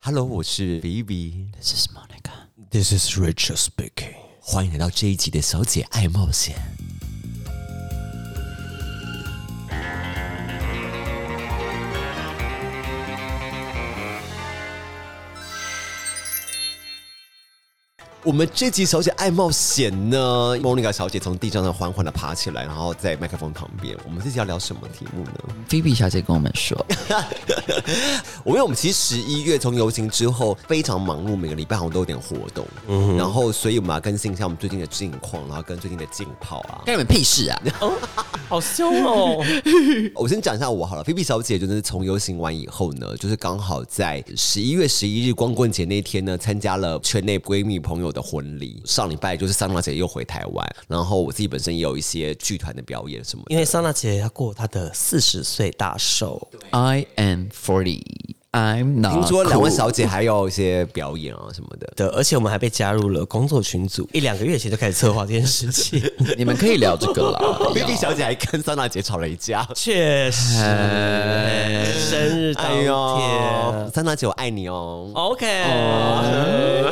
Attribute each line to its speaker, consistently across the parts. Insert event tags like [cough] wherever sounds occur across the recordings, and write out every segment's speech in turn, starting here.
Speaker 1: Hello，我是 Vivi，
Speaker 2: 这是 Monica。
Speaker 3: This is Richard speaking。
Speaker 1: 欢迎来到这一集的《小姐爱冒险》。我们这集《小姐爱冒险》呢，Monica 小姐从地上呢缓缓的爬起来，然后在麦克风旁边。我们这集要聊什么题目呢？
Speaker 2: 菲比小姐跟我们说，
Speaker 1: 我因为我们其实十一月从游行之后非常忙碌，每个礼拜好像都有点活动，然后所以我们要更新一下我们最近的近况，然后跟最近的近炮
Speaker 2: [laughs]
Speaker 1: 啊。
Speaker 2: 干你们屁事啊！
Speaker 3: 好凶哦！
Speaker 1: 我先讲一下我好了，菲菲小姐就是从游行完以后呢，就是刚好在十一月十一日光棍节那天呢，参加了圈内闺蜜朋友的婚礼。上礼拜就是桑娜姐又回台湾，然后我自己本身也有一些剧团的表演什么的
Speaker 3: [laughs] 因。为莎娜姐要过她的四十岁大寿，
Speaker 2: I am forty. I'm not.
Speaker 1: 听说两位
Speaker 2: cool
Speaker 1: 小姐还有一些表演啊什么的。
Speaker 3: 对，而且我们还被加入了工作群组，一两个月前就开始策划这件事
Speaker 1: [laughs]
Speaker 3: 情。
Speaker 2: 你们可以聊这个 [laughs]
Speaker 1: 菲菲
Speaker 2: 啦。
Speaker 1: 小姐还跟桑娜姐吵了一架。
Speaker 3: 确实，
Speaker 2: 呃
Speaker 3: 生日当
Speaker 1: 哎
Speaker 3: 天。
Speaker 1: 呦，桑娜姐，我爱你哦。
Speaker 3: OK，、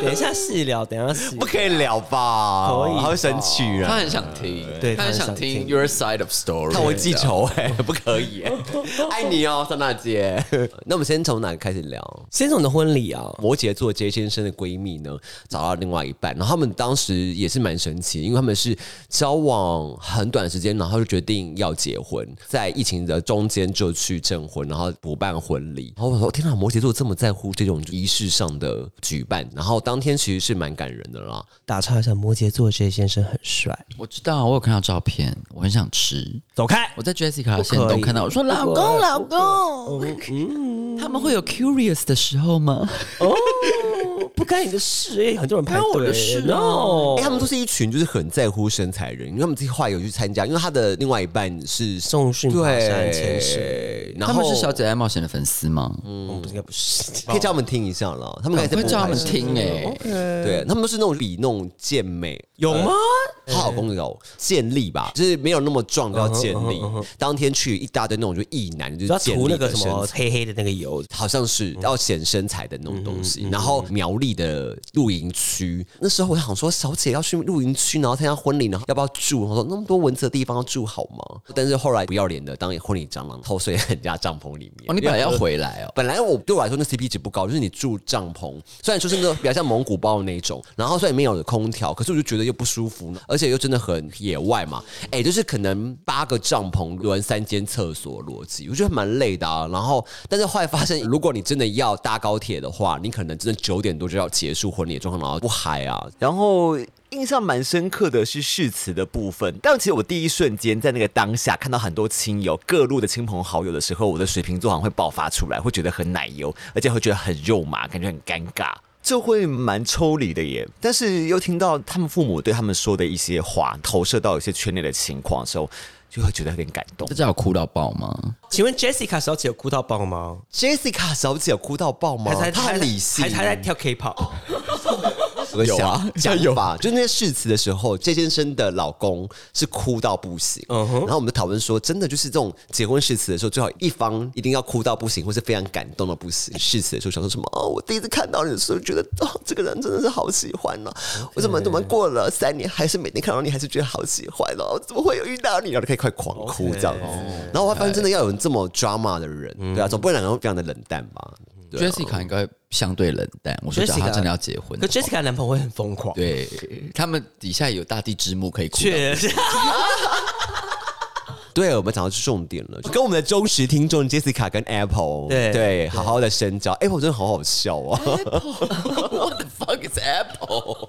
Speaker 3: 等一下细聊，等一下细
Speaker 1: 不可以聊吧？
Speaker 3: 可以吧
Speaker 1: 他会生气
Speaker 2: 他
Speaker 1: 啊，
Speaker 2: 很想听，
Speaker 3: 对
Speaker 2: 他
Speaker 3: 他
Speaker 2: 很
Speaker 3: 很想
Speaker 2: 想听
Speaker 3: 听
Speaker 2: your side of story。
Speaker 1: 他会记仇哎、不可 [laughs] 以、欸。爱你哦，桑娜姐。 [laughs] 那我们先从哪个开始聊？
Speaker 3: 先从你的婚礼啊，
Speaker 1: 摩羯座 J 先生的闺蜜呢，找到另外一半，然后他们当时也是蛮神奇，因为他们是交往很短时间，然后就决定要结婚，在疫情的中间就去证婚，然后补办婚礼。然后我说：天哪，摩羯座这么在乎这种仪式上的举办，然后当天其实是蛮感人的啦。
Speaker 3: 打岔一下，摩羯座 J 先生很帅，
Speaker 2: 我知道，我有看到照片，我很想吃。
Speaker 3: 走开。
Speaker 2: 我在 Jessica 的线
Speaker 3: 可
Speaker 2: 都
Speaker 3: 以哦嗯
Speaker 2: 看到，我说老公，老公，他们会有 curious 的时候吗？
Speaker 3: 不干你的事哎、很多人排
Speaker 2: 干我的
Speaker 3: 队
Speaker 2: 事啊
Speaker 3: no，
Speaker 1: 哎、他们都是一群就是很在乎身材的人，因为他们自己后来有去参加，因为他的另外一半是
Speaker 3: 重训、爬山、潜水，
Speaker 1: 对，然
Speaker 2: 他
Speaker 1: 后
Speaker 2: 们是小姐爱冒险的粉丝吗？
Speaker 3: 嗯，不应该不是。
Speaker 1: [laughs] 可以叫他们听一下了，他们
Speaker 2: 我
Speaker 1: 可以再
Speaker 2: 会叫他们
Speaker 1: 补拍一下
Speaker 2: 听哎。
Speaker 1: 对他们都是那种比那种健美。
Speaker 3: 有吗？
Speaker 1: 她老公有健力吧，就是没有那么壮，
Speaker 3: 嗯
Speaker 1: 叫健力。当天去一大堆那种就异男，就
Speaker 3: 呃主要
Speaker 1: 是健
Speaker 3: 涂
Speaker 1: 力
Speaker 3: 那个
Speaker 1: 的
Speaker 3: 什
Speaker 1: 身
Speaker 3: 么
Speaker 1: 材，
Speaker 3: 黑黑的那个油，
Speaker 1: 好像是要显身材的那种东
Speaker 3: 嗯
Speaker 1: 西。然后苗栗的露营区，那时候我想说，小姐要去露营区，然后参加婚礼，然后要不要住？我说那么多蚊子的地方要住好吗？但是后来不要脸的，当婚礼蟑螂偷睡在人家帐篷里面。
Speaker 2: 哦，你本来要回来哦。
Speaker 1: 本来我对我来说那 CP 值不高，就是你住帐篷，虽然就是那个比较像蒙古包的那一种，然后虽然里面有空调，可是我就觉得又不舒服，而且又真的很野外嘛。哎、就是可能八个帐篷轮三间厕所逻辑，我觉得蛮累的啊。然后，但是后来发现，如果你真的要搭高铁的话，你可能真的九点多就要结束婚礼的状况，然后不嗨啊。然后印象蛮深刻的是誓词的部分，但其实我第一瞬间在那个当下看到很多亲友、各路的亲朋好友的时候，我的水瓶座好像会爆发出来，会觉得很奶油，而且会觉得很肉麻，感觉很尴尬。就会蛮抽离的耶，但是又听到他们父母对他们说的一些话，投射到一些圈内的情况的时候，就会觉得有点感动
Speaker 2: 大。家有哭到爆吗？
Speaker 3: 请问 Jessica 小姐有哭到爆吗？
Speaker 1: Jessica 小姐有哭到爆吗
Speaker 3: 还是还
Speaker 1: 她很理性
Speaker 3: 还是还在跳 K-pop？
Speaker 1: 我
Speaker 2: 有
Speaker 1: 想
Speaker 2: 啊
Speaker 1: 讲吧，就那些誓词的时候，这先生的老公是哭到不行。然后我们就讨论说，真的就是这种结婚誓词的时候，最好一方一定要哭到不行，或是非常感动到不行。誓词的时候想说什么？哦，我第一次看到你的时候，觉得哦，这个人真的是好喜欢呢、我怎么怎么过了三年，还是每天看到你，还是觉得好喜欢哦、怎么会有遇到你？然后就可以快狂哭这样子。然后我还发现，真的要有人这么 drama 的人，对啊，总不能两个人非常的冷淡吧？对啊
Speaker 2: Jessica 应该相对冷淡。我说，假如她
Speaker 3: Jessica-
Speaker 2: 真的要结婚
Speaker 3: 可
Speaker 2: 的话，
Speaker 3: Jessica 男朋友会很疯狂，
Speaker 2: 对他们底下有大地之幕可以哭到。
Speaker 4: [laughs]
Speaker 3: 确实。
Speaker 1: 对，我们讲到重点了，哦跟我们的忠实听众 Jessica 跟 Apple
Speaker 3: 对
Speaker 1: 对，好好的深交。Apple 真的好好笑 [laughs] 哦
Speaker 2: What the fuck is Apple？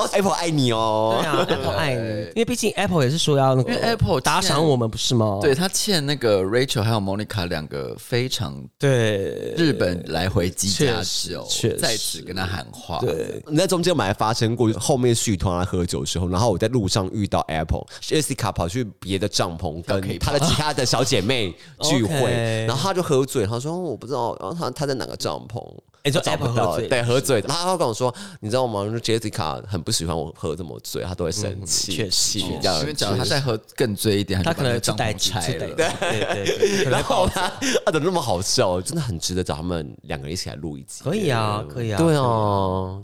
Speaker 3: 哦
Speaker 1: ，Apple 爱你哦 [laughs]
Speaker 3: 对。啊，Apple 爱你，因为毕竟 Apple 也是说要那个
Speaker 2: 因为 Apple
Speaker 3: 打赏我们，不是吗？
Speaker 2: 对他欠那个 Rachel 还有 Monica 两个非常
Speaker 3: 对
Speaker 2: 日本来回机加
Speaker 3: 确实
Speaker 2: 酒
Speaker 3: 确，实
Speaker 2: 在此跟他喊话。
Speaker 4: 哦
Speaker 2: 对，
Speaker 1: 你在中间我们还发生过，后面续团来啊喝酒的时候，然后我在路上遇到 Apple，Jessica 跑去别的帐篷跟她的其他的小姐妹聚会
Speaker 3: OK
Speaker 1: 然后她就喝醉，她说哦我不知道，然后她她在哪个帐篷，
Speaker 3: 你说
Speaker 1: 找不
Speaker 3: Apple
Speaker 1: 到
Speaker 3: 喝醉
Speaker 1: 对，喝醉。他跟我说，你知道吗就是？Jessica 很不喜欢我喝这么醉，她都会生气，
Speaker 3: 确实
Speaker 1: 气
Speaker 3: 确实
Speaker 1: 这样
Speaker 4: 因为假如他再喝更醉一点，
Speaker 3: 他
Speaker 4: 就
Speaker 3: 可
Speaker 4: 把那
Speaker 3: 能
Speaker 4: 个
Speaker 3: 去
Speaker 4: 帐
Speaker 3: 带
Speaker 4: 篷去
Speaker 3: 柴
Speaker 4: 拆
Speaker 3: 了，
Speaker 4: 了。
Speaker 3: 对对对，可能
Speaker 1: 然后 [laughs] 他他怎么那么好笑？真的很值得找他们两个人一起来录一集。
Speaker 3: 可以啊，可以啊，
Speaker 1: 对啊，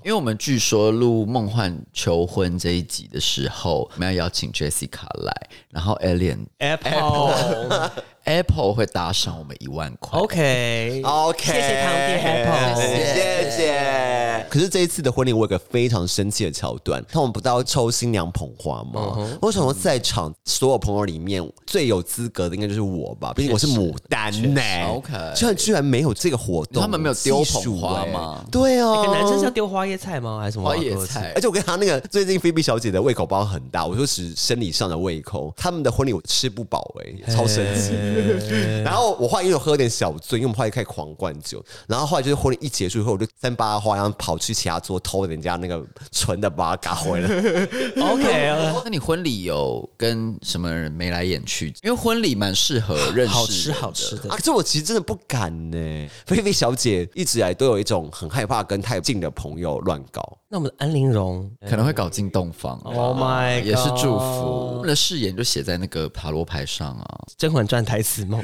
Speaker 4: 因为我们据说录《梦幻求婚》这一集的时候，我们要邀请 Jessica 来，然后 Alien
Speaker 3: ，Apple，OK，
Speaker 4: Apple 会打赏我们一万块。
Speaker 1: OK，
Speaker 3: 啊谢谢堂弟 Apple
Speaker 1: 谢谢。可是这一次的婚礼，我有个非常生气的桥段，他们不都要抽新娘捧花吗？
Speaker 3: 嗯
Speaker 1: 我想说，在场所有朋友里面，最有资格的应该就是我吧，毕竟我是牡丹呢、
Speaker 4: OK
Speaker 1: 居然居然没有这个活动，
Speaker 4: 他们没有丢捧
Speaker 1: 技术
Speaker 4: 花
Speaker 1: 欸
Speaker 4: 吗
Speaker 1: 对啊，
Speaker 3: 给哎男生是要丢花椰菜吗？还是什么
Speaker 4: 花野？菜
Speaker 1: 而，且我跟他那个最近菲比小姐的胃口包很大，我说是生理上的胃口，他们的婚礼我吃不饱哎、超神奇。然后我后来因为我喝点小醉，因为我们后来开始狂灌酒，然后后来就是婚礼一结束以后，我就三八花，然后跑去其他桌偷人家那个纯的八嘎回来。 [laughs]
Speaker 3: OK，
Speaker 4: 那你婚礼有跟什么人眉来眼去？因为婚礼蛮适合认识，
Speaker 3: 好吃好吃。的
Speaker 1: 啊，。这我其实真的不敢呢、菲菲小姐一直以来都有一种很害怕跟太近的朋友乱搞。
Speaker 3: 那我们的安陵容，
Speaker 4: 可能会搞进洞房吧
Speaker 3: Oh my god
Speaker 4: 啊也是祝福。我们的誓言就写在那个塔罗牌上啊，
Speaker 3: 《甄嬛传》台词梦，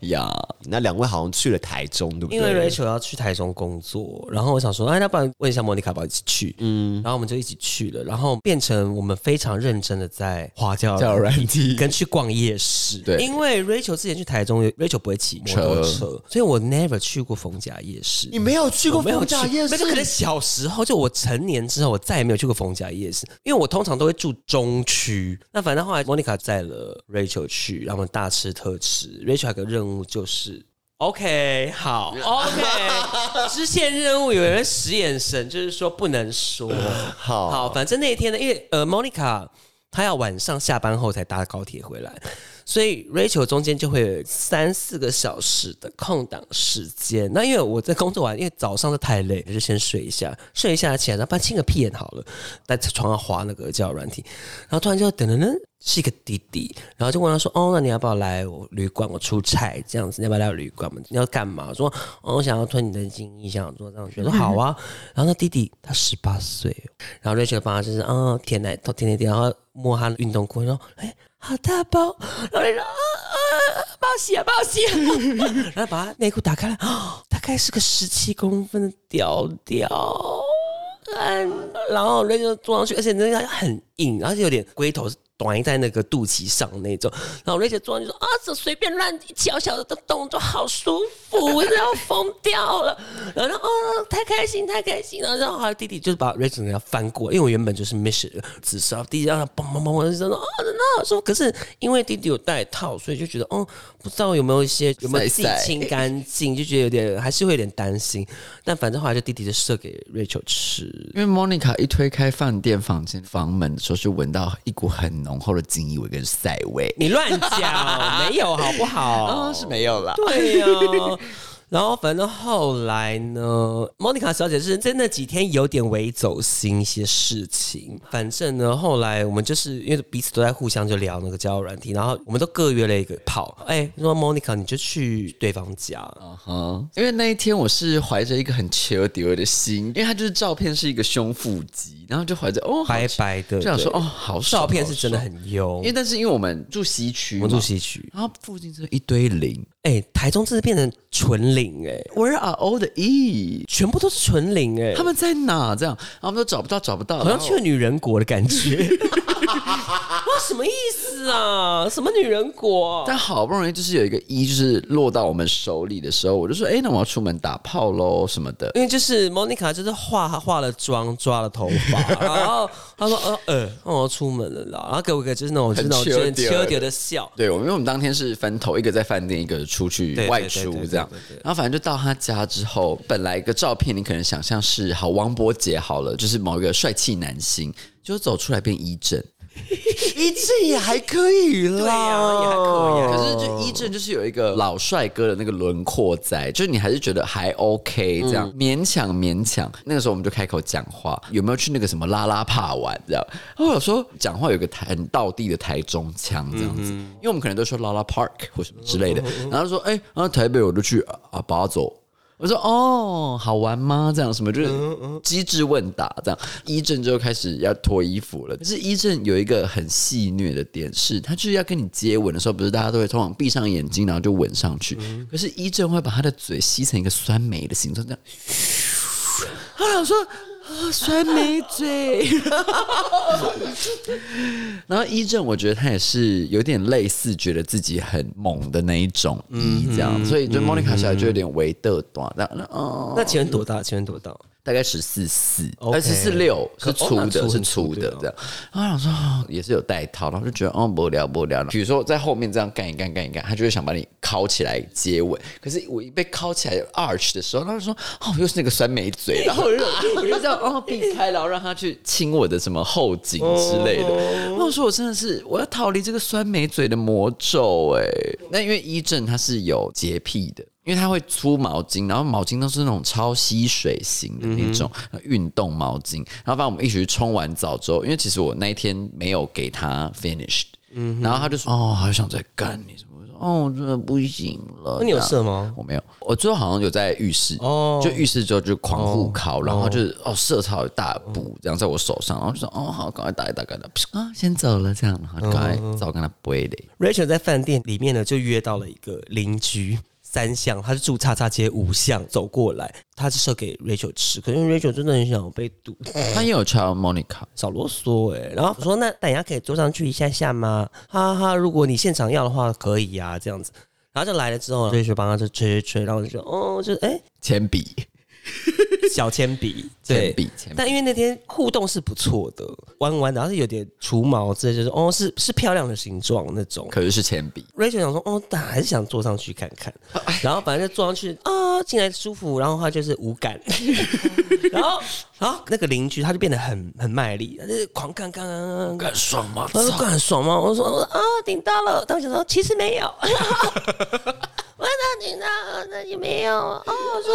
Speaker 4: 呀、
Speaker 1: 那两位好像去了台中，对不对？
Speaker 3: 因为 Rachel 要去台中工作，然后我想说，哎，那不然问一下莫妮卡，要不要一起去？嗯，然后我们就一起去了，然后变成我们非常认真的在花轿
Speaker 4: 叫软体
Speaker 3: 跟去逛夜市。
Speaker 4: 对
Speaker 3: 因为 Rachel 之前去台中，Rachel 不会骑摩托车，所以我 never 去过逢甲夜市。
Speaker 1: 你没有去过
Speaker 3: 我没有
Speaker 1: 逢
Speaker 3: 去
Speaker 1: 甲夜市
Speaker 3: 没有可能小时候就我成年之后，我再也没有去过逢甲夜市，因为我通常都会住中区。那反正后来莫妮卡载了 Rachel 去，让我们大吃特吃。Rachel 还有个任务就是。OK，好，OK，支线任务有人使眼神，就是说不能说。
Speaker 1: 好
Speaker 3: 好，反正那一天呢，因为呃，Monica 她要晚上下班后才搭高铁回来，所以 Rachel 中间就会有三四个小时的空档时间。那因为我在工作完，因为早上都太累，就先睡一下，睡一下起来，然后把亲个屁眼好了，在床上滑那个叫软体，然后突然就噔噔噔。是一个弟弟，然后就问他说：“哦，那你要不要来我旅馆？我出差这样子，你要不要来我旅馆？我们你要干嘛？”我说：“哦，我想要吞你的精液，想要做这样子。”我说：“好啊。”然后那弟弟他十八岁哦，然后 Rachel 帮他就是啊、嗯舔奶头，舔舔舔，然后摸他的运动裤，然后哎、好大包，然后就说啊啊报喜啊报喜啊， [laughs] 然后把他内裤打开了，啊大概是个十七公分的屌屌。嗯，然后 Rachel 就坐上去，而且那个很硬，而且有点龟头是短在那个肚脐上那种。然后 Rachel 坐上去说：“啊，这随便乱小小的动作好舒服，我都要疯掉了。”然后就哦，太开心，太开心了。然后后来弟弟就是把 Rachel 给他翻过，因为我原本就是 miss 只是然后弟弟让他嘣嘣嘣，我就说：“哦，真的好舒服。”可是因为弟弟有戴套，所以就觉得哦，不知道有没有一些有没有自己
Speaker 4: 塞塞
Speaker 3: 亲干净，就觉得有点还是会有点担心。但反正后来就弟弟就射给 Rachel 吃。
Speaker 4: 因为 Monica 一推开饭店房间房门的时候，就闻到一股很浓厚的精液味跟塞味。
Speaker 3: 你乱讲，没有好
Speaker 4: [laughs]
Speaker 3: 不好？
Speaker 4: 哦是没有啦，
Speaker 3: 对
Speaker 4: [laughs]
Speaker 3: 呀、然后反正后来呢，莫妮卡小姐是在那几天有点微走心一些事情。反正呢，后来我们就是因为彼此都在互相就聊那个交友软体，然后我们都各约了一个炮。哎，说莫妮卡你就去对方家，
Speaker 4: 嗯，因为那一天我是怀着一个很求丢的心，因为他就是照片是一个胸腹肌，然后就怀着哦，好
Speaker 3: 白白的，
Speaker 4: 就想说
Speaker 3: 对
Speaker 4: 哦，好爽
Speaker 3: 照片是真的，
Speaker 4: 好
Speaker 3: 很优，
Speaker 4: 爽因为但是因为我们住西区嘛，
Speaker 3: 我住西区。
Speaker 4: 然后附近这一堆零
Speaker 3: 哎、台中真的变成纯零哎，
Speaker 4: ，Where are all the E？
Speaker 3: 全部都是纯零哎，
Speaker 4: 他们在哪？这样，然后我们都找不到，找不到，
Speaker 3: 好像
Speaker 4: 然后
Speaker 3: 去了女人国的感觉。 [laughs] 哇，什么意思啊？什么女人国？
Speaker 4: 但好不容易就是有一个一，就是落到我们手里的时候，我就说，哎、那我要出门打炮喽什么的。
Speaker 3: 因为就是 Monica 就是化化了妆，抓了头 [laughs] 发，然后她说呃呃，那我要出门了啦，然后给我一个就是那种就是那种
Speaker 4: 很
Speaker 3: 就是很
Speaker 4: 羞涩
Speaker 3: 羞涩的笑。
Speaker 4: 对，我们因为我们当天是分头，一个在饭店，一个出去
Speaker 3: 对对
Speaker 4: 外
Speaker 3: 对
Speaker 4: 出
Speaker 3: 对对
Speaker 4: 这样
Speaker 3: 对对。
Speaker 4: 然后反正就到他家之后，本来一个照片你可能想象是好王伯杰好了，就是某一个帅气男星，就走出来变一正。
Speaker 1: 一致也还可以啦，
Speaker 3: 对啊也还可以啊
Speaker 4: 可是就一正就是有一个老帅哥的那个轮廓在，就是你还是觉得还 OK 这样，勉强勉强。那个时候我们就开口讲话，有没有去那个什么拉拉帕玩这样？然后我说讲话有个台很道地的台中腔这样子，因为我们可能都说拉拉 park 或什么之类的，然后就说哎，然后台北我就去阿阿巴走。我说哦，好玩吗？这样什么就是机智问答这样。一正就开始要脱衣服了，可是一正有一个很戏谑的点是，他就是要跟你接吻的时候，不是大家都会通常闭上眼睛然后就吻上去，可是一正会把他的嘴吸成一个酸梅的形状，这样。他想说。啊酸梅嘴， [laughs] 然后一正，我觉得他也是有点类似，觉得自己很猛的那一种一这样，所以就 Monica 小姐就有点维的短，那那哦，
Speaker 3: 那请问多大？请问多大？
Speaker 4: 大概十四四，
Speaker 3: OK
Speaker 4: 呃十四六是
Speaker 3: 可
Speaker 4: 粗
Speaker 3: 哦那
Speaker 4: 的，
Speaker 3: 粗
Speaker 4: 是
Speaker 3: 很
Speaker 4: 粗
Speaker 3: 粗对
Speaker 4: 的
Speaker 3: 哦
Speaker 4: 这样。然后我想说哦也是有带套，然后就觉得哦无聊无聊。比如说在后面这样干一干干一干，他就会想把你铐起来接吻。可是我一被铐起来 arch 的时候，他就说哦又是那个酸梅嘴，
Speaker 3: [laughs]
Speaker 4: 然后我
Speaker 3: 哎
Speaker 4: 就我就这样哦避开，然后让他去亲我的什么后颈之类的。
Speaker 3: 哦
Speaker 4: 然后我说我真的是我要逃离这个酸梅嘴的魔咒哎、那因为一正他是有洁癖的。因为它会粗毛巾，然后毛巾都是那种超吸水型的那种
Speaker 3: 嗯
Speaker 4: 运动毛巾。然后把我们一起去冲完澡之后，因为其实我那一天没有给他 finished，、然后
Speaker 3: 嗯
Speaker 4: 他就说：“哦，好想再干你什么？”我说：“哦，我真的不行了。”
Speaker 3: 那你有
Speaker 4: 这样
Speaker 3: 射吗？
Speaker 4: 我没有，我最后好像有在浴室，
Speaker 3: 哦
Speaker 4: 就浴室之后就狂互烤，然后就是哦射超一大
Speaker 3: 嗯
Speaker 4: 补，这样在我手上，然后就说哦好，赶快打一打，赶快打， [laughs] 噗啊先走了这样，然后就赶
Speaker 3: 嗯
Speaker 4: 快早跟他背嘞。
Speaker 3: Rachel 在饭店里面呢，就约到了一个邻居三巷，他是住叉叉街五巷，走过来，他是射给 Rachel 吃，可是因为 Rachel 真的很想被堵，
Speaker 4: 他也有 c h i Monica，
Speaker 3: 少啰嗦哎、然后我说那等一下可以坐上去一下下吗？哈哈哈，如果你现场要的话可以呀、这样子。然后就来了之后，Rachel 帮他就吹吹吹，然后我就说哦，就哎、
Speaker 4: 铅笔，
Speaker 3: 小铅笔，
Speaker 4: 铅
Speaker 3: 对
Speaker 4: 笔，铅笔。
Speaker 3: 但因为那天互动是不错的，弯弯的，然后是有点除毛之类，就是哦，是是漂亮的形状那种。
Speaker 4: 可是是铅笔，
Speaker 3: Rachel 想说，哦，但还是想坐上去看
Speaker 4: [laughs]
Speaker 3: 看，然后反正就坐上去啊，进来舒服，然后他就是无
Speaker 4: [laughs]
Speaker 3: 感，然后然后那个邻居他就变得很很卖力，他就是狂干干干干干，
Speaker 4: 很爽吗？
Speaker 3: 他说干很爽吗？我说我说啊，顶到了，当时说其实没有， [laughs] 我说顶到了，那也没有哦，我说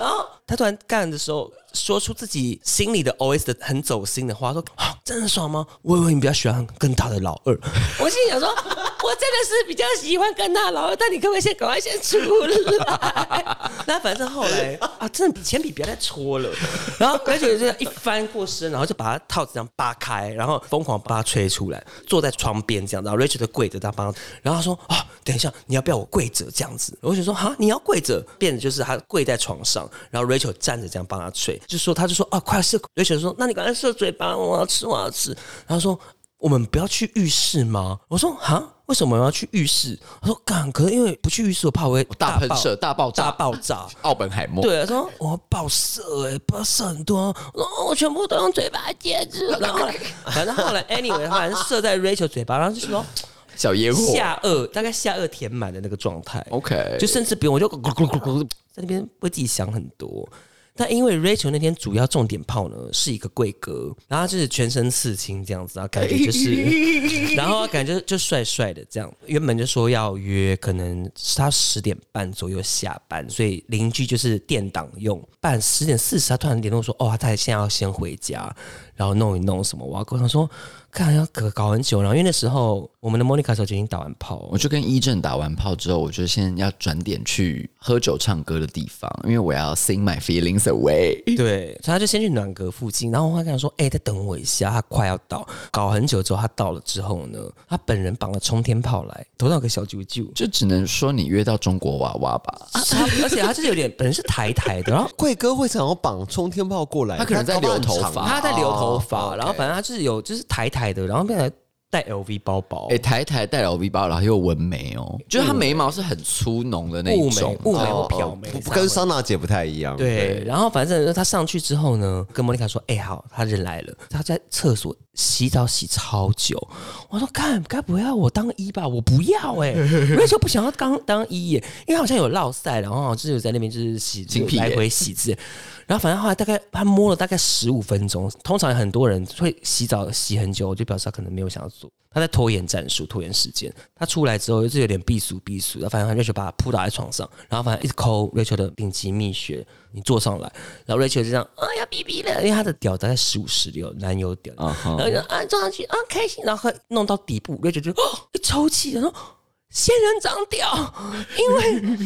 Speaker 3: 然后他突然干的时候，说出自己心里的 OS 的很走心的话，说、啊、真的爽吗？我以为你比较喜欢跟他的老二， [laughs] 我心里想说，我真的是比较喜欢跟他的老二，但你可不可以先赶快先出来？ [laughs] 那反正后来啊，真的铅笔不要再戳了，然后而且就一翻过身，然后就把他套子这样扒开，然后疯狂把他吹出来，坐在床边这样子，然后 Rachel 就跪着他帮他，然后他说啊，等一下你要不要我跪着这样子？我就说哈，你要跪着，变得就是他跪在床上，然后 Rachel 站着这样帮他吹，就说他就说啊，快射，Rachel 说那你赶快射嘴巴，我要吃我要吃，然后说我们不要去浴室吗？我说哈。为什么我要去浴室？他说：“干，可是因为不去浴室，我怕我会
Speaker 4: 大喷
Speaker 3: 爆
Speaker 4: 射、大爆
Speaker 3: 大
Speaker 4: 炸、
Speaker 3: 爆炸。
Speaker 4: 奥本海默。
Speaker 3: 对，他说我要爆射哎、欸，爆射很多，我说哦我全部都用嘴巴接住，然后后来反正后来 anyway，反正射在 Rachel 嘴巴，然后就说
Speaker 4: 小烟火。
Speaker 3: 下颚大概下颚填满的那个状态
Speaker 4: OK，
Speaker 3: 就
Speaker 4: 就
Speaker 3: 甚至不用我就咕咕咕咕咕在那边为自己想很多。但因为 Rachel 那天主要重点炮呢是一个贵哥，然后他就是全身刺青这样子，然后感觉就是，然后感觉就帅帅的这样。原本就说要约，可能他十点半左右下班，所以邻居就是电档用。办十点四十，他突然联络说，哦，他现在要先回家，然后弄一弄什么。我要跟他说，看要搞搞很久，然后因为那时候我们的 Monica 小姐已经打完炮了
Speaker 4: 我，就跟一正打完炮之后，我就先要转点去喝酒唱歌的地方，因为我要 sing my feelings away。，
Speaker 3: 对，所以他就先去暖阁附近，然后我跟他说：“哎、再等我一下，他快要到。”搞很久之后，他到了之后呢，他本人绑了冲天炮来，头上有个小啾啾
Speaker 4: 就只能说你约到中国娃娃吧，
Speaker 3: 啊他而且他就是有点本人是抬抬的，然后
Speaker 1: 贵哥会想要绑冲天炮过来，
Speaker 4: 他可能在
Speaker 1: 搞不好
Speaker 4: 留
Speaker 1: 很
Speaker 4: 头
Speaker 1: 长
Speaker 4: 发
Speaker 1: 啊
Speaker 3: 他在留头发，
Speaker 1: 哦
Speaker 3: 然后
Speaker 1: OK
Speaker 3: 反正他就是有就是抬抬的，然后变成带 LV 包包
Speaker 4: 哎、，台台戴了 V 包，然后又纹眉哦，就是他眉毛是很粗浓的那
Speaker 3: 雾
Speaker 4: 一
Speaker 3: 眉
Speaker 4: 种，
Speaker 3: 雾眉
Speaker 1: 哦
Speaker 3: 或漂眉
Speaker 1: 不，不
Speaker 3: 这样
Speaker 1: 跟
Speaker 3: 子
Speaker 1: 桑娜姐不太一样。
Speaker 3: 对，然后反正他上去之后呢，跟莫妮卡说：“哎、好，他人来了。”他在厕所洗澡洗超久。我说：“看，该不会要我当一吧？我不要哎、欸，那时候不想要当当一耶，因为好像有落塞，然后好像就是有在那边就是洗
Speaker 4: 精辟耶
Speaker 3: 来回洗之类。然后反正后来大概他摸了大概十五分钟，通常很多人会洗澡洗很久，就表示他可能没有想要做，他在拖延战术、拖延时间。他出来之后就是有点避暑避暑，然后反正 Rachel 把他扑倒在床上，然后反正一直抠 Rachel 的顶级蜜穴，你坐上来，然后 Rachel 就这样啊要逼逼了，因为他的屌大概十五十六，男友屌，
Speaker 4: 啊哈
Speaker 3: 然后就啊坐上去啊开心，然后弄到底部，Rachel 就、哦、一抽气，然后仙人掌屌，因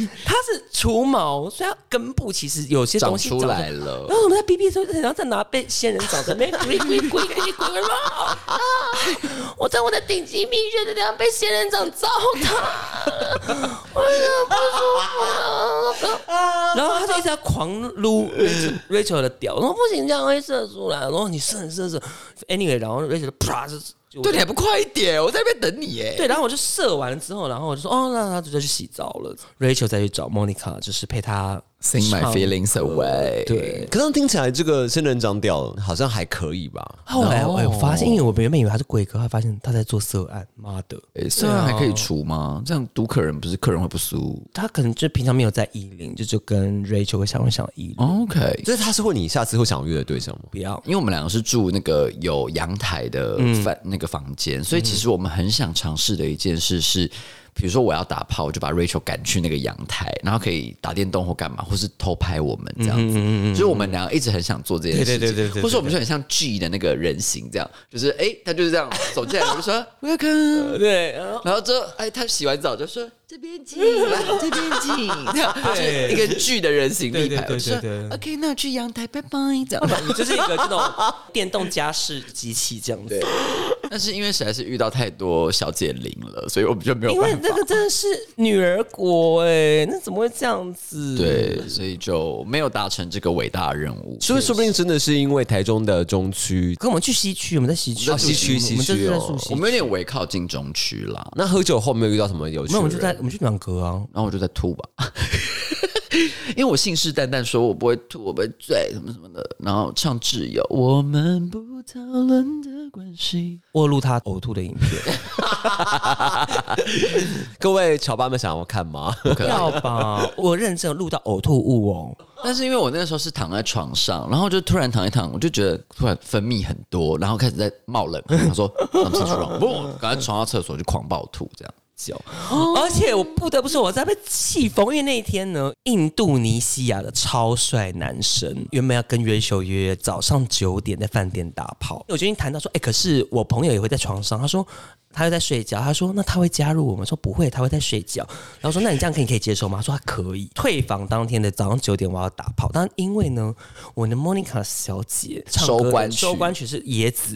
Speaker 3: 为它是除毛，所以它根部其实有些
Speaker 4: 长
Speaker 3: 东西
Speaker 4: 出来
Speaker 3: 了。
Speaker 4: 了
Speaker 3: 然。后我们在哔哔的时候，然后再拿被仙人掌在那边咕咕咕咕咕咕咕咕啊！我在我的顶级蜜月的地方被仙人掌糟蹋，哎呀不舒服了。然后他就一直在狂撸 Rachel- Rachel 的屌，我说不行，这样会射出来。然后你射射射，anyway，然后 Rachel 就啪就就
Speaker 4: 对，你还不快一点？我在那边等你耶。
Speaker 3: 对，然后我就射完了之后，然后我就说，哦，那他就再去洗澡了。Rachel 再去找 Monica，就是陪她
Speaker 4: Sing my
Speaker 3: 唱
Speaker 4: feelings away。
Speaker 3: 对，
Speaker 1: 可是听起来这个仙人掌屌好像还可以吧？
Speaker 3: 后来哦我有发现，因为我原本以为他是贵哥，后来发现他在做色案。妈的，
Speaker 4: 诶，虽然还可以除吗？这样毒客人不是客人会不舒服
Speaker 3: 他可能就平常没有在衣领，就就跟 Rachel 会想会想衣领，
Speaker 4: 哦？OK，
Speaker 1: 所以他是会你下次会想约的对象吗？
Speaker 3: 不要。
Speaker 4: 因为我们两个是住那个有阳台的
Speaker 3: 嗯
Speaker 4: 饭、那个房间，所以其实我们很想尝试的一件事是，比如说我要打炮，我就把 Rachel 赶去那个阳台，然后可以打电动或干嘛，或是偷拍我们这样
Speaker 3: 嗯
Speaker 4: 子。就是我们两个一直很想做这件事情，
Speaker 3: 对对对对对对
Speaker 4: 或是我们就很像 G 的那个人形这样，就是哎、诶他就是这样走进来，我就
Speaker 3: [laughs]
Speaker 4: 说 Welcome。
Speaker 3: 对，
Speaker 4: 然后之后，哎，他洗完澡就说这边进，这边进，这样就是一个巨的人形立牌。
Speaker 3: 对对对
Speaker 4: 我就说
Speaker 3: 对对对
Speaker 4: OK，那我去阳台，拜拜，这
Speaker 3: [laughs]
Speaker 4: 样。
Speaker 3: [laughs] 你就是一个这种电动家事机器这样子。
Speaker 4: [laughs] 但是因为实在是遇到太多小姐灵了，所以我们就没有
Speaker 3: 因为
Speaker 4: 办法。
Speaker 3: 那个真的是女儿国哎、那怎么会这样子？，
Speaker 4: 对，所以就没有达成这个伟大的任务。
Speaker 1: 所以说不定真的是因为台中的中区，
Speaker 3: 可我们去西区，我们在西区，
Speaker 1: 哦西区
Speaker 3: 我们就是在
Speaker 1: 西区哦
Speaker 3: 住西
Speaker 4: 我
Speaker 3: 区，
Speaker 4: 们有点围靠近中区啦，
Speaker 1: 那喝酒后没有遇到什么有趣的人？
Speaker 3: 没有，我们就在我们去暖阁啊。
Speaker 4: 然后我就在吐吧， [laughs] 因为我信誓旦旦说我不会吐，我不会醉，什么什么的，然后唱挚友，我们不讨论的关系。
Speaker 3: 我有录他呕吐的影片，
Speaker 1: 各位乔巴们想要看吗？
Speaker 3: 不要吧？我认真有录到呕吐物哦。
Speaker 4: 但是因为我那个时候是躺在床上，然后就突然躺一躺，我就觉得突然分泌很多，然后开始在冒冷汗。他说：“我们厕所，不，赶快床到厕所就狂暴吐，这样叫。”
Speaker 3: 而且我不得不说，我在被气疯，因为那一天呢，印度尼西亚的超帅男生原本要跟约秀约早上九点在饭店打炮，我就已经谈到说，哎、可是我朋友也会在床上，他说。他又在睡觉，他说：“那他会加入我们？”说不会，他会在睡觉。然后说：“那你这样可以可以接受吗？”他说：“他啊可以。”退房当天的早上九点，我要打炮。但因为呢，我的 Monica 小姐唱歌的
Speaker 4: 收官曲
Speaker 3: 收官曲是《野子》，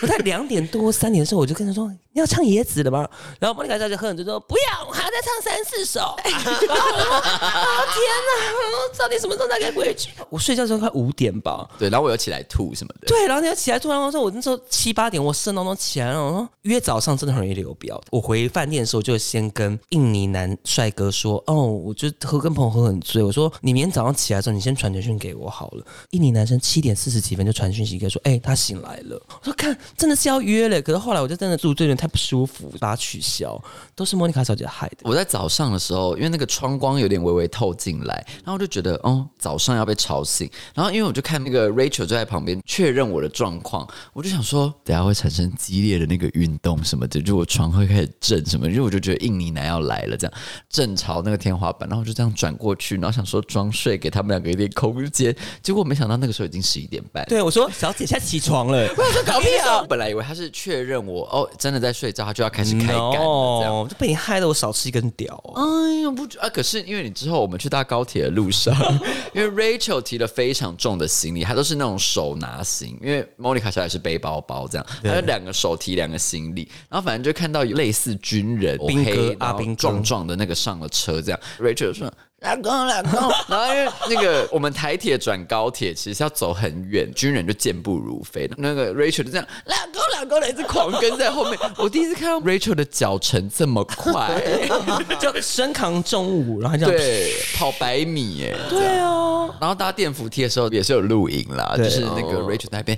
Speaker 3: 我在两点多三点的时候，我就跟他说：“你要唱《野子》了吗？”然后莫妮卡小姐喝很多，说：“不要，我还要再唱三四首。” [laughs] 然后我说：“啊天哪，到底什么时候才可以回去？”我睡觉的时候快五点吧。
Speaker 4: 对，然后我又起来吐什么的。
Speaker 3: 对，然后你要起来，突然我说我那时候七八点，我设闹钟起来了，我说约早上真的很容易流标。我回饭店的时候，就先跟印尼男帅哥说，哦，我就喝跟朋友喝很醉，我说你明天早上起来的时候，你先传简讯给我好了。印尼男生七点四十几分就传讯息给我说，哎、他醒来了。我说看，真的是要约嘞，可是后来我就真的住这点太不舒服，把它取消，都是莫妮卡小姐害的。
Speaker 4: 我在早上的时候，因为那个窗光有点微微透进来，然后我就觉得，哦，早上要被吵醒。然后因为我就看那个 Rachel 就在旁边确认我的状况，我就想说，等下会产生激烈的那个运动什么的，就我床会开始震什么，因为我就觉得印尼男要来了，这样正朝那个天花板，然后我就这样转过去，然后想说装睡给他们两个一点空间，结果没想到那个时候已经十一点半。
Speaker 3: 对，我说小姐现在起床了，我说搞屁啊！
Speaker 4: [laughs] 我本来以为他是确认我哦，真的在睡觉，他就要开始开干了这样。
Speaker 3: no，就被你害得我少吃一根屌、
Speaker 4: [laughs]
Speaker 3: 哦。
Speaker 4: 哎呦，不觉啊！可是因为你之后我们去搭高铁的路上， [laughs] 因为 Rachel 提了非常重的行李，她都是那种手拿行，因为 Monica 小姐是背包包这样，她就两个手提两个行李，然后反正就看到有类似军人
Speaker 3: 兵哥
Speaker 4: 黑
Speaker 3: 阿兵哥
Speaker 4: 壮壮的那个上了车这样，Rachel 就说。老公，老公，
Speaker 3: [laughs]
Speaker 4: 然后因为那个我们台铁转高铁，其实要走很远，军人就健步如飞。那个 Rachel 就这样，老公，老公，一直狂跟在后面。我第一次看到 Rachel 的脚程这么快，
Speaker 3: [laughs] 就身扛重物，然后这样。
Speaker 4: 对，跑百米耶、
Speaker 3: 对啊，
Speaker 4: 然后搭电扶梯的时候也是有录影啦，
Speaker 3: 对哦
Speaker 4: 就是那个 Rachel 那边，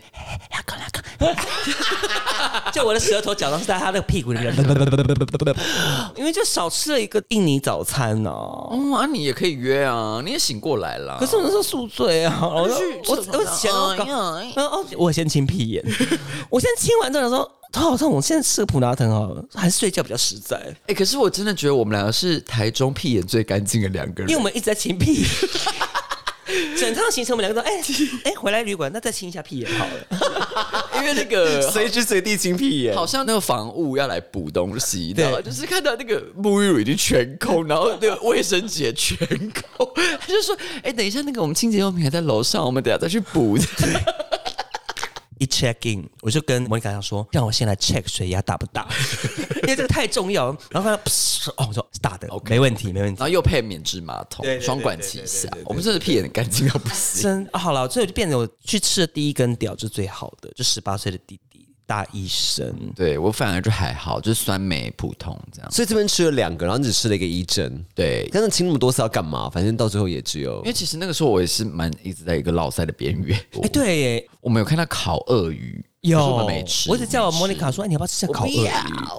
Speaker 3: [laughs] 就我的舌头假装是在他的屁股里面，因为就少吃了一个印尼早餐呢、
Speaker 4: 哦啊，你也可以约啊，你也醒过来啦。
Speaker 3: 可是我那时候宿醉啊，我就
Speaker 4: 哦去
Speaker 3: 我
Speaker 4: 什么
Speaker 3: 我前我搞
Speaker 4: 哎呀
Speaker 3: 然后哦，我先亲屁眼，我先亲完之后说头好痛，我现在吃个普拿疼好了，还是睡觉比较实在，
Speaker 4: 哎、可是我真的觉得我们两个是台中屁眼最干净的两个人，
Speaker 3: 因为我们一直在亲屁眼。 [laughs] 整趟行程我们两个都哎哎、回来旅馆，那再亲一下屁眼好了。
Speaker 4: 因为那
Speaker 3: [laughs]
Speaker 4: 个
Speaker 1: 随时随地清屁眼
Speaker 4: 好像那个房屋要来补东西，
Speaker 3: 对
Speaker 4: 然后就是看到那个沐浴乳已经全空，然后那个卫生纸也全空，他就说：“哎、等一下，那个我们清洁用品还在楼上，我们等一下再去补。
Speaker 3: 一 check in，我就跟莫妮卡讲说，让我先来 check 水压大
Speaker 4: [laughs]
Speaker 3: 不大，因为这个太重要了。然后他噗哦，我说是大的没问题，没问”题
Speaker 4: 然。后又配免治马桶
Speaker 3: 对对，对
Speaker 4: 双管齐下。我们真的屁眼干净到不行。
Speaker 3: 真啊，好了，最后就变成我去吃的第一根屌就是最好的，就十八岁的弟弟大医生。
Speaker 4: [laughs] 对我反而就还好，就是酸梅普通这样。
Speaker 1: 所以这边吃了两个，然后你只吃了一个一针。
Speaker 4: 对，
Speaker 1: 但是清那么多次要干嘛？反正到最后也只有
Speaker 4: 因为其实那个时候我也是蛮一直在一个落塞的边缘。
Speaker 3: [laughs] 哎、对耶，
Speaker 4: 我们有看到烤鳄鱼，
Speaker 3: 有
Speaker 4: 可哦是我们没吃，
Speaker 3: 我一直叫我莫妮卡说，哎、你要不要吃下烤鳄鱼、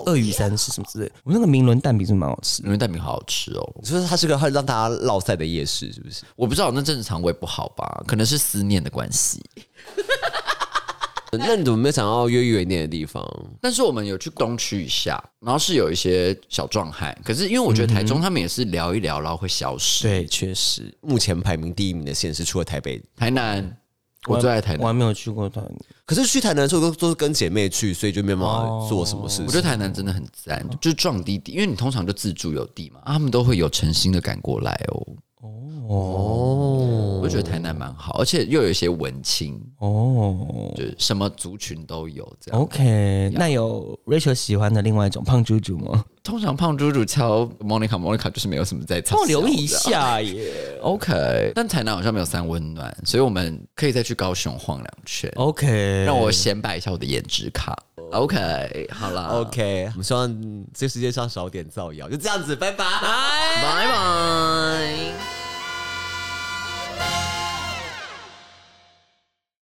Speaker 3: 鳄鱼三吃什么之类的？我那个明伦蛋饼真的蛮好吃的。
Speaker 4: 因为蛋饼好好吃哦。
Speaker 1: 你说它是个会让大家落赛的夜市，是不是？
Speaker 4: 我不知道那正常胃不好吧，可能是思念的关系。
Speaker 1: 那你怎么没有想要约远一点的地方？
Speaker 4: 但是我们有去东区一下，然后是有一些小壮汉，可是因为我觉得台中他们也是聊一聊，然后会消失。
Speaker 3: 嗯对，确实，
Speaker 1: 目前排名第一名的县市除了台北，
Speaker 4: 台南，我最爱台
Speaker 3: 我还
Speaker 4: 南，
Speaker 3: 没有去过团。
Speaker 1: 可是去台南的时候都都是跟姐妹去，所以就没办法做什么事情。
Speaker 4: 我觉得台南真的很赞，
Speaker 3: 嗯
Speaker 4: 就是壮弟弟，因为你通常就自助有地嘛，啊他们都会有诚心的赶过来哦。哦，我就觉得台南蛮好，而且又有一些文青，
Speaker 3: 哦
Speaker 4: 就是什么族群都有这样。
Speaker 3: ，OK，那有 Rachel 喜欢的另外一种胖猪猪吗？
Speaker 4: 通常胖猪猪敲 Monica，Monica 就是没有什么在
Speaker 3: 帮
Speaker 4: 唱。
Speaker 3: 我留意
Speaker 4: [laughs]
Speaker 3: 一下耶。
Speaker 4: OK，但台南好像没有三温暖，所以我们可以再去高雄晃两圈。
Speaker 3: 哦 OK，
Speaker 4: 让我显摆一下我的颜值卡。OK，好啦
Speaker 1: OK，我们希望这个世界上少点造谣，就这样子，拜拜。
Speaker 4: 拜拜。